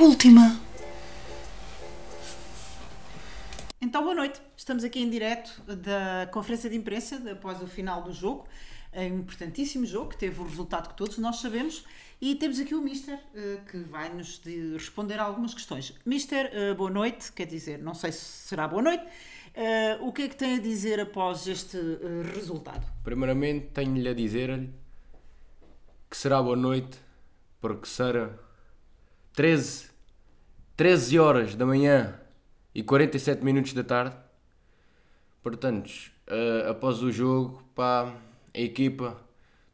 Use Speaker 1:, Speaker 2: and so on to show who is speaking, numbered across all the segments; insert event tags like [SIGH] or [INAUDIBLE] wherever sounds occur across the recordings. Speaker 1: última.
Speaker 2: Então, boa noite. Estamos aqui em direto da conferência de imprensa de- após o final do jogo. É um importantíssimo jogo que teve o resultado que todos nós sabemos. E temos aqui o Mister eh, que vai nos de- responder a algumas questões. Mister, eh, boa noite. Quer dizer, não sei se será boa noite. Eh, o que é que tem a dizer após este eh, resultado?
Speaker 3: Primeiramente, tenho-lhe a dizer-lhe que será boa noite, porque será 13, 13 horas da manhã e 47 minutos da tarde. Portanto, eh, após o jogo, pá, a equipa,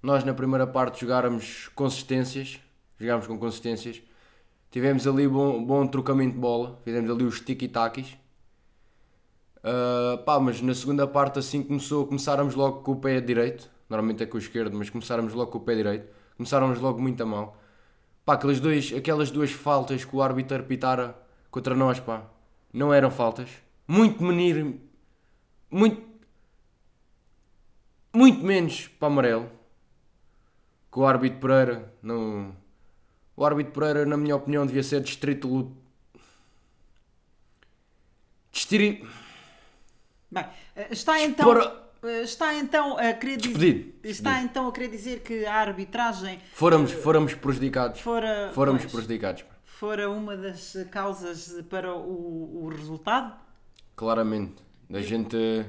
Speaker 3: nós na primeira parte jogámos consistências, jogámos com consistências, tivemos ali bom, bom trocamento de bola, fizemos ali os tiki-takis. Uh, pá, mas na segunda parte assim começou, começámos logo com o pé direito, normalmente é com o esquerdo, mas começámos logo com o pé direito, começámos logo muito a mal. Pá, aqueles dois, aquelas duas faltas que o árbitro apitara contra nós, pá, não eram faltas. Muito menir, muito, muito menos para amarelo. Que o árbitro Pereira, não, o árbitro Pereira, na minha opinião, devia ser distrito, distrito,
Speaker 2: Bem, eh, está então,
Speaker 3: Para-
Speaker 2: eh, está então a querer dizer,
Speaker 3: Despedido,
Speaker 2: está então a querer dizer que a arbitragem
Speaker 3: Fóramos, fóramos prejudicados.
Speaker 2: fora
Speaker 3: Fóramos
Speaker 2: pois,
Speaker 3: prejudicados. pá.
Speaker 2: fora uma das causas para o, o resultado?
Speaker 3: Claramente. A gente. eh,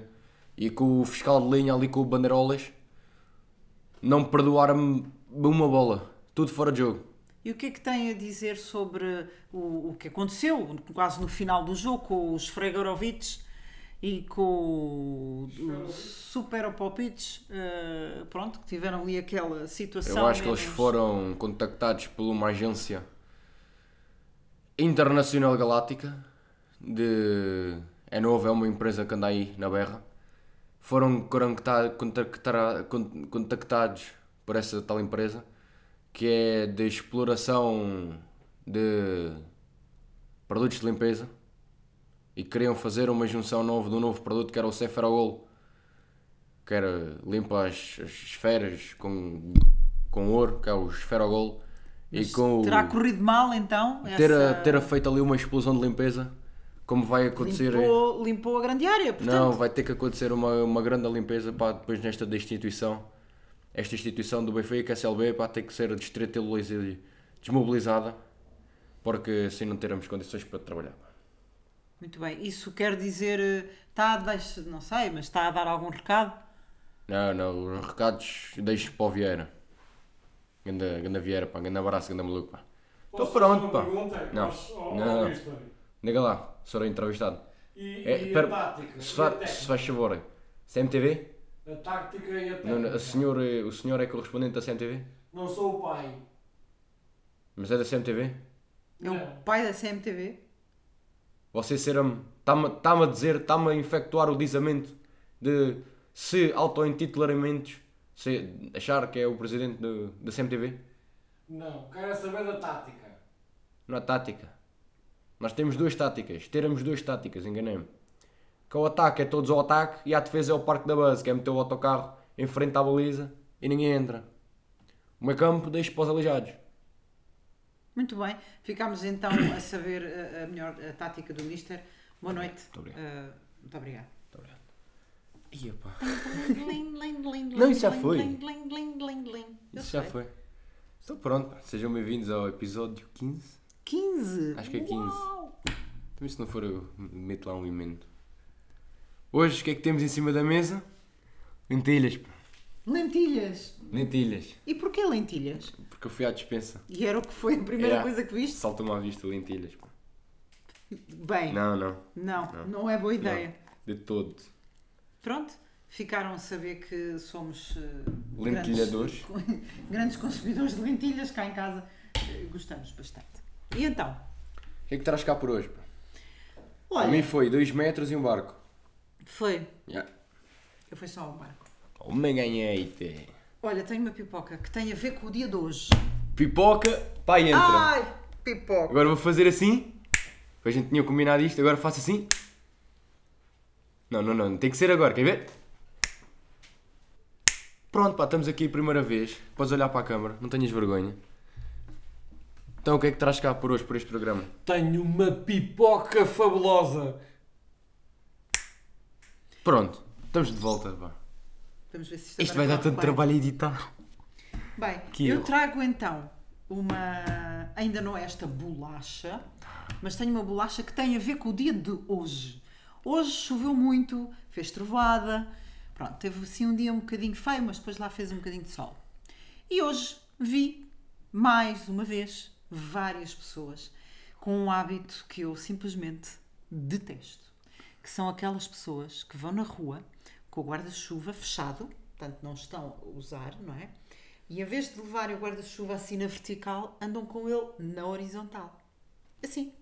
Speaker 3: E com o fiscal de linha ali com o Banderolas. Não perdoaram-me uma bola. Tudo fora de jogo.
Speaker 2: E o que é que tem a dizer sobre o, o que aconteceu quase no final do jogo com os Fregorovits e com o Super Popic, pronto, que tiveram ali aquela
Speaker 3: Eu
Speaker 2: situação.
Speaker 3: acho que eles
Speaker 2: menos-
Speaker 3: foram contactados por uma agência internacional galáctica de é novo, é uma empresa que anda aí na berra. Foram contacta- contactar- con- contactados por essa tal empresa que é de exploração de produtos de limpeza e queriam fazer uma junção nova de um novo produto que era o Ceferogol que era limpa as, as esferas com, com ouro, que é o esferogol, e com o-
Speaker 2: Terá corrido mal então?
Speaker 3: ter,
Speaker 2: essa-
Speaker 3: ter feito ali uma explosão de limpeza, como vai acontecer.
Speaker 2: limpou, limpou a grande área, portanto.
Speaker 3: Não, vai ter que acontecer uma, uma grande limpeza pá, depois nesta da instituição. Esta instituição do Benfica, que é a SLB, pá, tem que ser destratibilizada e desmobilizada, porque assim não teremos condições para trabalhar.
Speaker 2: Muito bem, isso quer dizer, eh, está a deixar, não sei, mas está a dar algum recado?
Speaker 3: Não, não, os recados deixo para o Vieira. Ganda, ganda Vieira, pá, ganda abraço, ganda maluco, pá. Estou
Speaker 4: Então Posso
Speaker 3: pronto,
Speaker 4: fazer uma
Speaker 3: pá.
Speaker 4: pergunta?
Speaker 3: Não,
Speaker 4: Posso- ao- ao
Speaker 3: não.
Speaker 4: Cristo?
Speaker 3: Diga lá, senhor entrevistado.
Speaker 4: E,
Speaker 3: É,
Speaker 4: e
Speaker 3: pera-
Speaker 4: a tática?
Speaker 3: se,
Speaker 4: E
Speaker 3: fa,
Speaker 4: a técnica?
Speaker 3: se faz favor, é CMTV?
Speaker 4: A tática e a técnica.
Speaker 3: Não,
Speaker 4: Não,
Speaker 3: não, a senhor, eh, o senhor é correspondente da CMTV?
Speaker 4: sou o pai.
Speaker 3: Mas é da CMTV?
Speaker 2: É o
Speaker 4: Não.
Speaker 2: pai da CMTV?
Speaker 3: Você será-me. Está-me está-me a dizer, está-me a infectuar o dizamento de se auto-intitulamentos, se achar que é o presidente do, da CMTV?
Speaker 4: Não, quero é saber da tática.
Speaker 3: Não há tática. Nós temos duas táticas. Teremos duas táticas, enganei-me. Que o ataque é todos ao ataque e a defesa é o parque da base, que é meter o autocarro em frente à baliza e ninguém entra. O meu campo deixa para os aleijados.
Speaker 2: Muito bem, ficámos então a saber eh, a, melhor eh, tática do Mister. Boa noite.
Speaker 3: Muito obrigado.
Speaker 2: Eh, muito obrigado.
Speaker 3: Ia pá.
Speaker 2: Não,
Speaker 3: isso já foi. Isso já foi. Estou Então pronto. Sejam bem-vindos ao episódio 15.
Speaker 2: 15?
Speaker 3: Acho que é 15. Então, e se não for, eu meto lá um emendo. Hoje, o que é que temos em cima da mesa? Lentilhas, pá.
Speaker 2: Lentilhas.
Speaker 3: Lentilhas.
Speaker 2: E porquê lentilhas?
Speaker 3: Porque eu fui à dispensa.
Speaker 2: E era o que foi a primeira
Speaker 3: Yeah.
Speaker 2: coisa que viste?
Speaker 3: Saltou-me à vista lentilhas, pá.
Speaker 2: Bem, não,
Speaker 3: Não, não.
Speaker 2: não,
Speaker 3: Não.
Speaker 2: é boa ideia.
Speaker 3: De todo.
Speaker 2: Pronto, ficaram a saber que somos eh,
Speaker 3: Lentilhadores.
Speaker 2: Grandes, [LAUGHS] grandes consumidores de lentilhas cá em casa. eh, Gostamos bastante. E então?
Speaker 3: O que é que traz cá por hoje? pá?
Speaker 2: Olha,
Speaker 3: Para mim foi 2 metros e um barco.
Speaker 2: foi.
Speaker 3: Yeah.
Speaker 2: Eu fui só ao barco.
Speaker 3: Homem ganhei, te.
Speaker 2: Olha, tenho uma pipoca que tem a ver com o dia de hoje.
Speaker 3: Pipoca, pá, entra.
Speaker 2: Ai, pipoca.
Speaker 3: Agora vou fazer assim. Pois a gente tinha combinado isto, agora faço assim. Não, não, não, tem que ser agora, quer ver? Pronto, pá, estamos aqui a primeira vez. Podes olhar para a câmara, não tenhas vergonha. Então o que é que traz cá por hoje, por este programa?
Speaker 4: Tenho uma pipoca fabulosa.
Speaker 3: Pronto, estamos de volta. pá.
Speaker 2: Vamos ver se isto,
Speaker 3: Isto vai
Speaker 2: agora corre
Speaker 3: dar tanto
Speaker 2: bem.
Speaker 3: trabalho a editar.
Speaker 2: Bem,
Speaker 3: Que
Speaker 2: eu
Speaker 3: erro.
Speaker 2: trago então uma. Ainda não é esta bolacha, mas tenho uma bolacha que tem a ver com o dia de hoje. Hoje choveu muito, fez trovada, pronto, teve assim um dia um bocadinho feio, mas depois lá fez um bocadinho de sol. E hoje vi, mais uma vez, várias pessoas com um hábito que eu simplesmente detesto, que são aquelas pessoas que vão na rua com o guarda-chuva fechado, portanto não estão a usar, não é? E em vez de levarem o guarda-chuva assim na vertical, andam com ele na horizontal. Assim.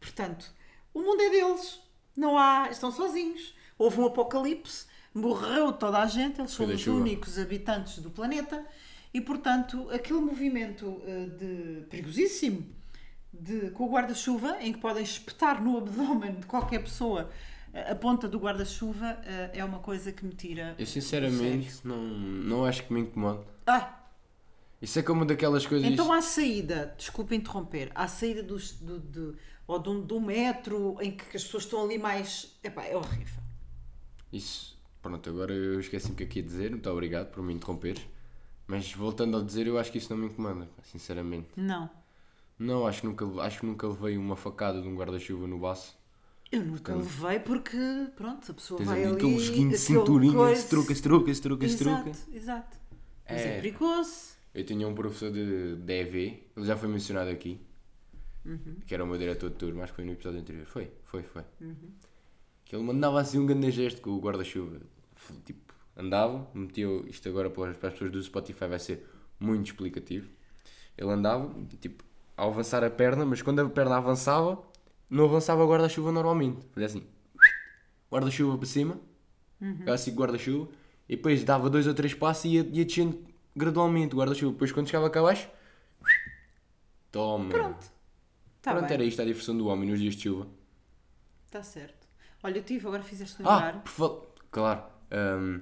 Speaker 2: Portanto, o mundo é deles. Não há, estão sozinhos. Houve um apocalipse, morreu toda a gente, eles
Speaker 3: Foi
Speaker 2: são
Speaker 3: da
Speaker 2: os
Speaker 3: chuva.
Speaker 2: únicos habitantes do planeta e, portanto, aquele movimento eh, de, perigosíssimo de, com o guarda-chuva, em que podem espetar no abdômen de qualquer pessoa eh, a ponta do guarda-chuva, eh, é uma coisa que me tira.
Speaker 3: Eu sinceramente não, não acho que me incomode.
Speaker 2: Ah,
Speaker 3: Isso é como daquelas coisas.
Speaker 2: Então à saída, desculpa interromper, à saída dos, do, do- ou de um, de um metro em que as pessoas estão ali mais. Epá, é horrível.
Speaker 3: Isso. Pronto, agora eu esqueci o que é que ia dizer. Muito obrigado por me interromperes. Mas voltando ao dizer, eu acho que isso não me incomoda, pá, sinceramente.
Speaker 2: Não.
Speaker 3: Não, acho que nunca, acho que nunca levei uma facada de um guarda-chuva no baço.
Speaker 2: Eu nunca levei porque, pronto, a pessoa
Speaker 3: Tens
Speaker 2: vai
Speaker 3: ali
Speaker 2: ali.
Speaker 3: aquele joguinho de
Speaker 2: aquele
Speaker 3: cinturinha,
Speaker 2: coice.
Speaker 3: se truca, se truca, se truca, se
Speaker 2: Exato,
Speaker 3: truca.
Speaker 2: exato. Mas
Speaker 3: É.
Speaker 2: é perigoso.
Speaker 3: Eu tinha um professor de, de EV, ele já foi mencionado aqui, que era o meu diretor de turma, acho que foi no episódio anterior. Foi, foi, foi. Que ele mandava assim um grande gesto com o guarda-chuva. F- Tipo, andava, metia o- isto agora para as para as pessoas do Spotify vai ser muito explicativo. Ele andava, tipo, ao avançar a perna, mas quando a perna avançava, não avançava o guarda-chuva normalmente. Fazia assim, guarda-chuva para cima, ficava assim com o guarda-chuva, e depois dava dois ou três passos e ia, ia descendo gradualmente o guarda-chuva. Depois quando chegava cá abaixo, toma. Pronto,
Speaker 2: Está
Speaker 3: Pronto era
Speaker 2: tá bem.
Speaker 3: isto a diversão do homem nos dias de chuva.
Speaker 2: Está certo. Olha, eu tive, agora fizeste
Speaker 3: Ah,
Speaker 2: lembrar.
Speaker 3: por favor. Claro. hum,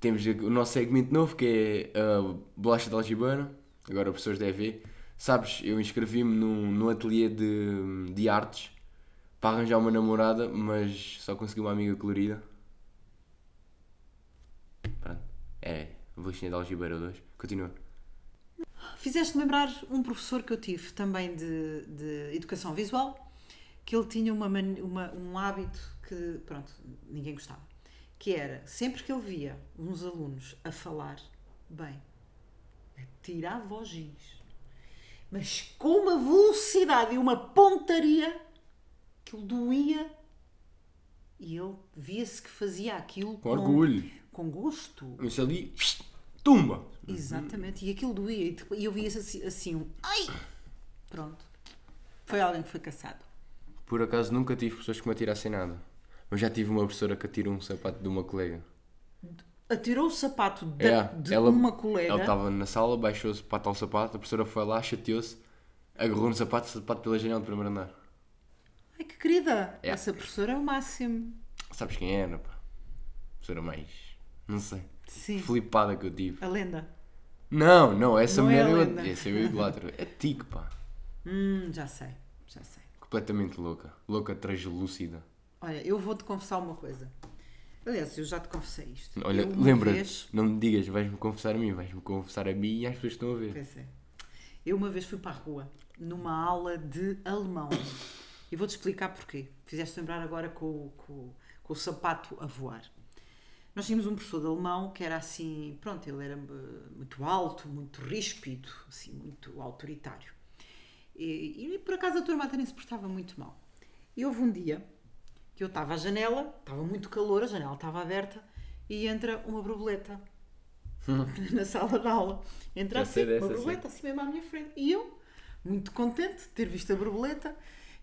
Speaker 3: temos aqui o nosso segmento novo que é a bolacha de algibana. Agora pessoas devem ver. Sabes, eu inscrevi-me num, num ateliê de, de artes para arranjar uma namorada, mas só consegui uma amiga colorida. Pronto. É, bolachinha de algibeira 2. Continua.
Speaker 2: Fizeste lembrar um professor que eu tive também de, de educação visual, que ele tinha uma, mani- uma- um hábito que, pronto, ninguém gostava, que era sempre que ele via uns alunos a falar bem, tirava os giz, mas com uma velocidade e uma pontaria que ele doía e ele via-se que fazia aquilo
Speaker 3: Com orgulho.
Speaker 2: com gosto.
Speaker 3: Isso ali, tumba!
Speaker 2: Exatamente, e aquilo doía, e depois- e eu via assim, assim um ai! Pronto. Foi alguém que foi caçado.
Speaker 3: Por acaso nunca tive pessoas que me atirassem nada. Mas já tive uma professora que atirou um sapato de uma colega.
Speaker 2: Atirou o sapato da-
Speaker 3: É,
Speaker 2: de uma colega.
Speaker 3: Ela estava na sala, baixou-se para tal sapato, a professora foi lá, chateou-se, agarrou no sapato, o sapato pela janela do primeiro andar.
Speaker 2: Ai que querida!
Speaker 3: É.
Speaker 2: Essa professora é o máximo.
Speaker 3: Sabes quem era, pá? Professora mais. Não sei.
Speaker 2: Sim.
Speaker 3: Flipada que eu tive.
Speaker 2: A lenda.
Speaker 3: Não, não, essa
Speaker 2: Não é
Speaker 3: mulher
Speaker 2: a
Speaker 3: eu,
Speaker 2: lenda.
Speaker 3: essa eu idolatro. É tico, pá.
Speaker 2: Hum, já sei, já sei.
Speaker 3: Completamente louca. Louca, translúcida.
Speaker 2: Olha, eu vou-te confessar uma coisa. Aliás, eu já te confessei isto.
Speaker 3: Olha,
Speaker 2: Eu uma
Speaker 3: lembra-te,
Speaker 2: vez-
Speaker 3: não me digas, vais-me confessar a mim, vais-me confessar a mim e às pessoas que estão a ver.
Speaker 2: Pois é. Eu uma vez fui para a rua, numa aula de alemão. E vou-te explicar porquê. Fizeste lembrar agora com, o- com o- com o sapato a voar. Nós tínhamos um professor de alemão que era assim, pronto, ele era eh, muito alto, muito ríspido, assim, muito autoritário. E, e por acaso a turma até nem se portava muito mal. E houve um dia que eu estava à janela, estava muito calor, a janela estava aberta, e entra uma borboleta na sala de aula. Entra
Speaker 3: Já sei
Speaker 2: assim,
Speaker 3: dessa,
Speaker 2: uma
Speaker 3: sim.
Speaker 2: borboleta assim mesmo à minha frente. E eu, muito contente de ter visto a borboleta,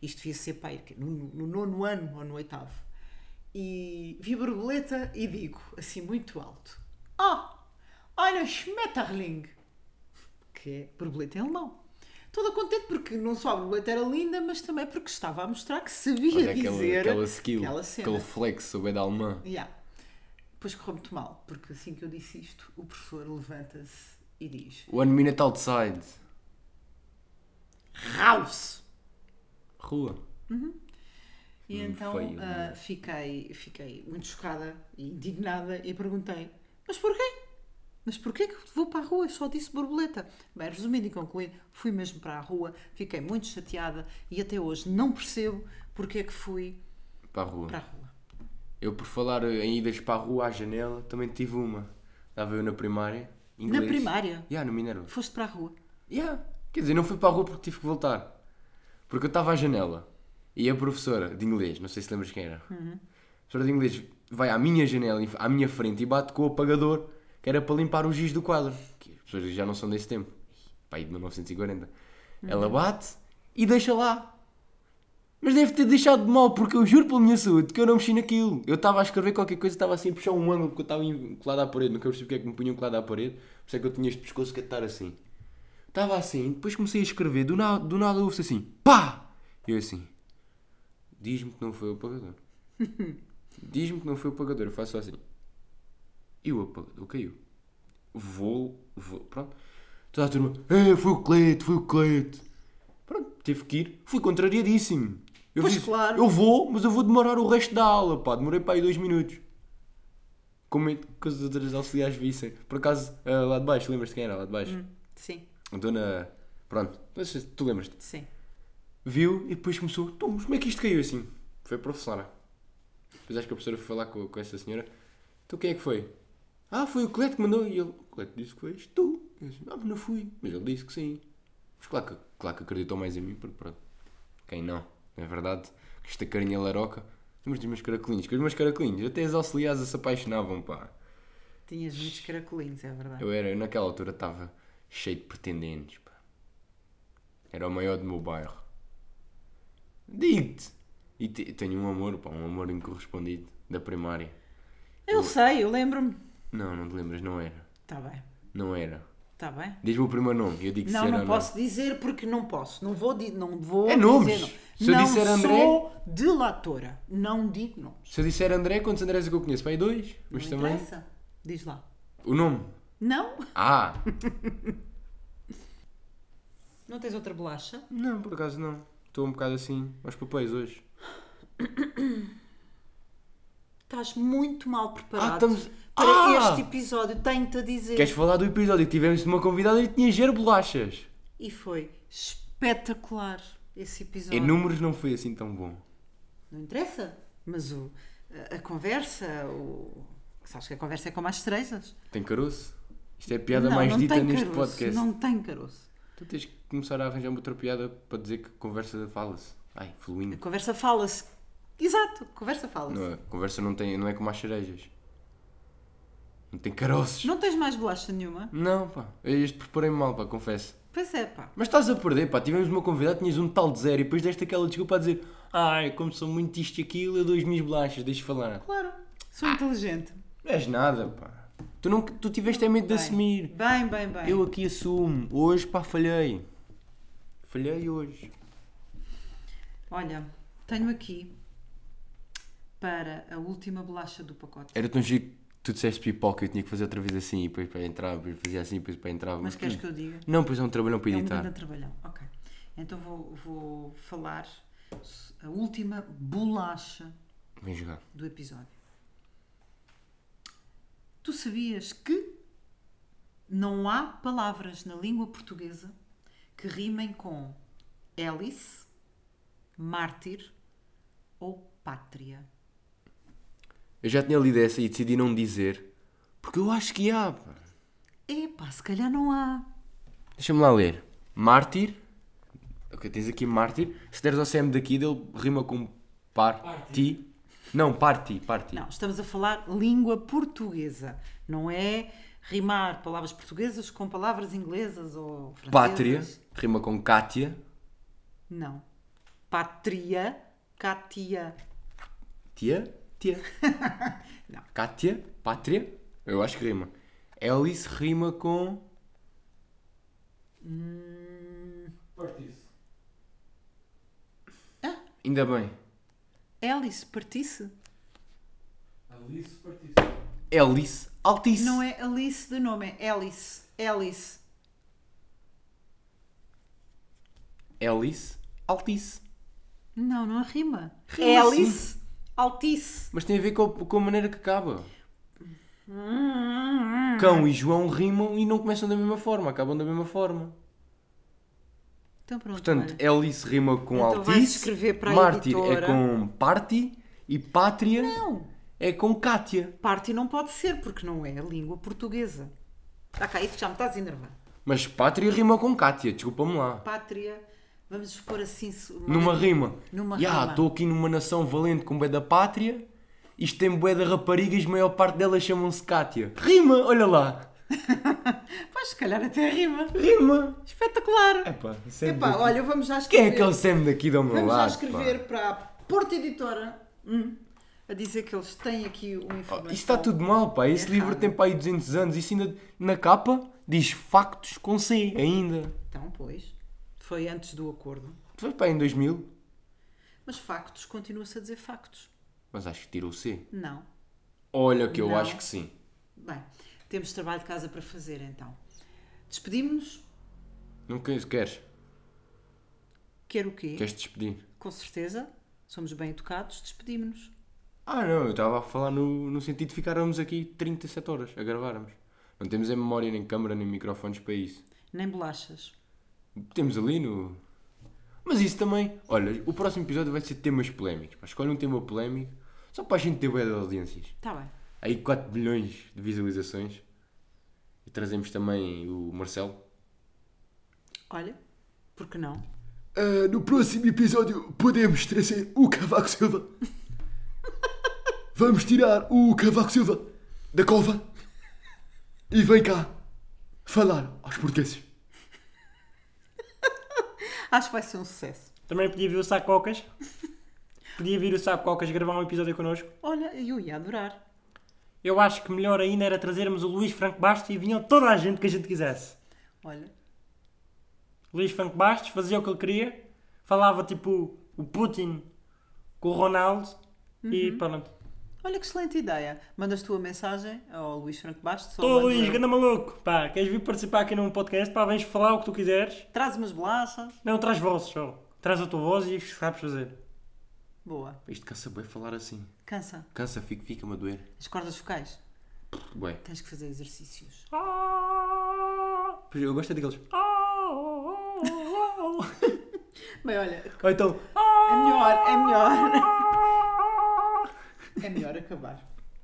Speaker 2: isto devia ser pai, que no, no nono ano ou no oitavo. E vi a borboleta e digo, assim muito alto: Ah, olha, Schmetterling! que é borboleta em alemão. Toda contente porque não só a borboleta era linda, mas também porque estava a mostrar que sabia
Speaker 3: Olha
Speaker 2: dizer
Speaker 3: é aquela, aquela skill,
Speaker 2: aquela cena.
Speaker 3: aquele flex, soube da alemã.
Speaker 2: Yeah. Depois correu muito mal, porque assim que eu disse isto, o professor levanta-se e diz:
Speaker 3: One minute outside.
Speaker 2: House.
Speaker 3: Rua.
Speaker 2: E
Speaker 3: Hum,
Speaker 2: então
Speaker 3: feio,
Speaker 2: ah, fiquei, fiquei muito chocada e indignada e perguntei: Mas porquê? Mas porquê que vou para a rua? Só disse borboleta. Bem, resumindo e concluindo, fui mesmo para a rua, fiquei muito chateada e até hoje não percebo porque é que fui
Speaker 3: Para a rua.
Speaker 2: para a rua.
Speaker 3: Eu, por falar em idas para a rua à janela, também tive uma. Estava eu na primária. Inglês.
Speaker 2: Na primária,
Speaker 3: Yeah, no Minerva.
Speaker 2: foste para a rua.
Speaker 3: Yeah. Quer dizer, não fui para a rua porque tive que voltar. Porque eu estava à janela. E a professora de inglês, não sei se lembras quem era. A professora de inglês vai à minha janela, em- à minha frente e bate com o apagador que era para limpar o giz do quadro. Que as pessoas já não são desse tempo. Pai de 1940. Ela bate e deixa lá. Mas deve ter deixado de mal, porque eu juro pela minha saúde que eu não mexi naquilo. Eu estava a escrever qualquer coisa, estava assim a puxar um ângulo porque eu estava em- colado à parede. Nunca percebi porque é que me punham colado à parede. Por isso é que eu tinha este pescoço que estar assim. Estava assim, depois comecei a escrever, do nada, do nada ouve-se assim, pá! E eu assim, diz-me que não foi o
Speaker 2: [LAUGHS]
Speaker 3: apagador. diz-me que não foi o apagador, eu faço assim. E o apagador caiu. Vou, vou, pronto. Toda a turma, "Eh, foi o colete, foi o colete. Pronto, tive que ir, fui contrariadíssimo. Eu
Speaker 2: Pois claro.
Speaker 3: Eu vou, mas eu vou demorar o resto da aula, pá, demorei para aí dois minutos. Com medo que os outros auxiliares vissem. Por acaso, ah, lá de baixo, lembras-te quem era lá de baixo?
Speaker 2: Hum. Sim,
Speaker 3: A dona. Pronto, mas tu lembras-te?
Speaker 2: sim.
Speaker 3: Viu e depois começou. "Então, mas como é que isto caiu assim? Foi a professora. Depois acho que a professora foi falar com, com essa senhora. Então quem é que foi? Ah, foi o Colete que mandou. E ele, o Colete disse que foste tu. Eu disse, ah, mas não fui. Mas ele disse que sim. Mas claro que, claro que acreditou mais em mim, porque pronto. Quem não? Na verdade, com esta carinha laroca. Mas os meus caracolinhos, que os meus caracolinhos, até as auxiliares se apaixonavam, pá.
Speaker 2: Tinhas muitos caracolinhos, é verdade.
Speaker 3: Eu era, eu naquela altura estava cheio de pretendentes, pá. Era o maior do meu bairro. Digo-te! E te- tenho um amor, pá, um amor incorrespondido da primária.
Speaker 2: Eu sei, eu lembro-me.
Speaker 3: Não, não te lembras, não era.
Speaker 2: Está bem,
Speaker 3: Não era.
Speaker 2: está bem.
Speaker 3: Diz-me o primeiro nome, eu digo se
Speaker 2: Não,
Speaker 3: era
Speaker 2: não
Speaker 3: ou
Speaker 2: posso dizer porque não posso. Não vou, di- não vou
Speaker 3: É nomes.
Speaker 2: dizer não.
Speaker 3: Se eu
Speaker 2: não
Speaker 3: disser André-
Speaker 2: sou delatora. Não digo nomes.
Speaker 3: Se eu disser André, quantos Andrés é que eu conheço? Pai, dois? Mas
Speaker 2: Não
Speaker 3: também.
Speaker 2: interessa. Diz lá.
Speaker 3: O nome?
Speaker 2: Não?
Speaker 3: Ah!
Speaker 2: Não tens outra bolacha?
Speaker 3: não, por acaso não. Estou um bocado assim aos papéis hoje.
Speaker 2: Estás muito mal preparado
Speaker 3: Ah, estamos-
Speaker 2: para
Speaker 3: Ah!
Speaker 2: este episódio. Tenho-te a dizer.
Speaker 3: Queres falar do episódio que tivemos de uma convidada e tinha gero bolachas?
Speaker 2: E foi espetacular esse episódio.
Speaker 3: Em números não foi assim tão bom.
Speaker 2: Não interessa. Mas o, a, a conversa, o... sabes que a conversa é com mais estrelas.
Speaker 3: Tem caroço? Isto é a piada
Speaker 2: não,
Speaker 3: mais
Speaker 2: não
Speaker 3: dita
Speaker 2: tem
Speaker 3: neste
Speaker 2: caroço,
Speaker 3: podcast.
Speaker 2: Não tem caroço.
Speaker 3: Tu tens que começar a arranjar outra piada para dizer que conversa fala-se. Ai,
Speaker 2: A
Speaker 3: fluindo.
Speaker 2: conversa fala-se. Exato, a conversa fala-se.
Speaker 3: Não, a conversa não, tem, não é como as cerejas. Não tem caroços. Não,
Speaker 2: Não tens mais bolacha nenhuma?
Speaker 3: pá. Eu este preparei-me mal, pá, confesso.
Speaker 2: Pois é, pá.
Speaker 3: Mas estás a perder, pá. Tivemos uma convidada, tinhas um tal de zero e depois deste aquela desculpa a dizer Ai, como sou muito isto e aquilo, eu dou as minhas bolachas, deixa falar.
Speaker 2: Claro,
Speaker 3: Ah.
Speaker 2: sou inteligente.
Speaker 3: Não és nada, pá. Tu, não, tu tiveste é medo de
Speaker 2: Bem,
Speaker 3: assumir.
Speaker 2: Bem, bem, bem.
Speaker 3: Eu aqui assumo. Hoje, pá, falhei. Falhei hoje.
Speaker 2: Olha, tenho aqui para a última bolacha do pacote.
Speaker 3: Era tão giro que tu disseste pipoca, eu tinha que fazer outra vez assim, e depois para entrar, depois fazia assim, depois para entrar.
Speaker 2: Mas queres que eu diga?
Speaker 3: Não, pois é um trabalhão para
Speaker 2: É um
Speaker 3: editar.
Speaker 2: grande trabalhão. Ok. Então vou, vou falar s- a última bolacha
Speaker 3: Vem jogar.
Speaker 2: do episódio. Tu sabias que não há palavras na língua portuguesa que rimem com hélice, mártir ou pátria?
Speaker 3: Eu já tinha lido essa e decidi não dizer, porque eu acho que há. pá.
Speaker 2: Epá, se calhar não há.
Speaker 3: Deixa-me lá ler. Mártir. Ok, tens aqui mártir. Se deres ao CM daqui, ele rima com parti. Não, parti, parti.
Speaker 2: Não, estamos a falar língua portuguesa. Não é rimar palavras portuguesas com palavras inglesas ou francesas.
Speaker 3: Pátria. Rima com Cátia.
Speaker 2: Não. Pátria, Cátia.
Speaker 3: Tia? Tia.
Speaker 2: [LAUGHS] Não.
Speaker 3: Cátia? Pátria? Eu acho que rima. Hélice rima com.
Speaker 4: Partice.
Speaker 3: Ainda bem.
Speaker 2: Hélice, partisse?
Speaker 4: Alice Partice.
Speaker 3: Hélice. Altice.
Speaker 2: Não é Alice de nome, é Hélice. Hélice.
Speaker 3: Alice Altice.
Speaker 2: Não, não rima.
Speaker 3: Rima
Speaker 2: É
Speaker 3: sim.
Speaker 2: Alice Altice.
Speaker 3: Mas tem a ver com, com a maneira que acaba.
Speaker 2: Então
Speaker 3: Cão e João rimam e não começam da mesma forma, acabam da mesma forma.
Speaker 2: Então pronto.
Speaker 3: Portanto,
Speaker 2: olha.
Speaker 3: Alice rima com
Speaker 2: Então vais
Speaker 3: Altice,
Speaker 2: escrever para a
Speaker 3: Mártir é
Speaker 2: editora.
Speaker 3: com Party e Pátria
Speaker 2: Não,
Speaker 3: é com Cátia.
Speaker 2: parte não pode ser, porque não é a língua portuguesa. Está cá, isso já me estás a enervar.
Speaker 3: Mas Pátria rima com Cátia, desculpa-me lá.
Speaker 2: Pátria, vamos expor assim. se-
Speaker 3: Numa rima.
Speaker 2: Numa rima.
Speaker 3: Estou aqui numa nação valente com bué da pátria. Isto tem bué de raparigas, maior parte delas chamam-se Cátia. Rima, olha lá.
Speaker 2: [LAUGHS] Pois, se calhar até rima.
Speaker 3: Rima.
Speaker 2: Espetacular.
Speaker 3: Epá, Sam
Speaker 2: Epá,
Speaker 3: daqui.
Speaker 2: olha, vamos já
Speaker 3: É, Quem
Speaker 2: escrever.
Speaker 3: é aquele Sam daqui do meu
Speaker 2: Vamos já
Speaker 3: lado?
Speaker 2: escrever
Speaker 3: pá?
Speaker 2: para a Porta Editora hum, a dizer que eles têm aqui uma
Speaker 3: Oh,
Speaker 2: informação.
Speaker 3: Isso está tudo mal, pá. Esse livro
Speaker 2: Errado.
Speaker 3: tem para aí 200 anos. Isso ainda na capa diz factos com C ainda.
Speaker 2: Então, pois, foi antes do acordo.
Speaker 3: Foi para aí em 2000.
Speaker 2: Mas factos, continua-se a dizer factos.
Speaker 3: Mas acho que tirou o C.
Speaker 2: Não.
Speaker 3: Olha que eu
Speaker 2: Não.
Speaker 3: acho que sim.
Speaker 2: Bem, temos trabalho de casa para fazer então. Despedimos-nos.
Speaker 3: Não queres? Queres?
Speaker 2: Quer o quê?
Speaker 3: Queres despedir?
Speaker 2: Com certeza. Somos bem educados. Despedimos-nos.
Speaker 3: Ah, não, eu estava a falar no, no sentido de ficarmos aqui 37 horas a gravarmos. Não temos em memória, nem câmara, nem microfones para isso.
Speaker 2: Nem bolachas.
Speaker 3: Temos ali no. Mas isso também. Olha, o próximo episódio vai ser temas polémicos. pá. Escolhe um tema polémico só para a gente ter bué de audiências.
Speaker 2: Está Tá bem.
Speaker 3: Aí 4 milhões de visualizações. E trazemos também o Marcelo.
Speaker 2: Olha, por que não?
Speaker 3: Ah, no próximo episódio podemos trazer o Cavaco Silva. Vamos tirar o Cavaco Silva da cova e vem cá falar aos portugueses.
Speaker 2: [LAUGHS] Acho que vai ser um sucesso.
Speaker 1: Também podia vir o Saco Cocas. Podia vir o Saco Cocas gravar um episódio connosco.
Speaker 2: Olha, eu ia adorar.
Speaker 1: Eu acho que melhor ainda era trazermos o Luís Franco Bastos e vinha toda a gente que a gente quisesse.
Speaker 2: Olha,
Speaker 1: Luís Franco Bastos fazia o que ele queria, falava tipo o Putin com o Ronaldo e pronto.
Speaker 2: olha que excelente ideia. Mandas tu a mensagem ao Luís Franco Bastos. ou
Speaker 1: Tô
Speaker 2: mando
Speaker 1: Luís,
Speaker 2: eu.
Speaker 1: ganda maluco, pá, queres vir participar aqui num podcast? Pá, vens falar o que tu quiseres.
Speaker 2: Traz umas bolachas.
Speaker 1: Não, traz vozes, só. Traz a tua voz e o que sabes fazer.
Speaker 2: Boa.
Speaker 3: Isto cansa bem falar assim.
Speaker 2: Cansa.
Speaker 3: Cansa, fica- fica-me a doer.
Speaker 2: As cordas vocais.
Speaker 3: Bué.
Speaker 2: Tens que fazer exercícios.
Speaker 3: Pois Eu gosto é daqueles.
Speaker 2: Bem, olha,
Speaker 3: Ou então.
Speaker 2: é melhor, é melhor. É melhor acabar.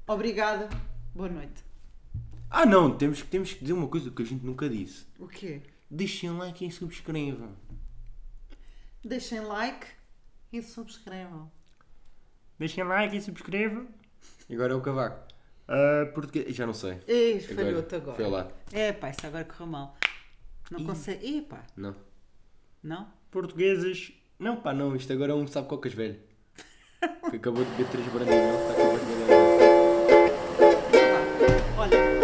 Speaker 2: Obrigada. Boa noite.
Speaker 3: Ah não, temos, que- temos que dizer uma coisa que a gente nunca disse.
Speaker 2: O quê?
Speaker 3: Deixem like e subscrevam.
Speaker 2: Deixem like e subscrevam.
Speaker 1: Deixem like e subscrevam.
Speaker 3: E Agora é o Cavaco. Ah, português. Já não sei.
Speaker 2: Ei, falhou-te agora.
Speaker 3: Foi lá.
Speaker 2: É pá, isso agora correu mal. Não consegue. Epá,
Speaker 3: Não.
Speaker 2: não?
Speaker 1: Portugueses
Speaker 3: Não, pá, não, isto agora é um sabe cocas [LAUGHS] velho. Tá Que acabou de beber três brandinhos, não está com as
Speaker 2: Olha.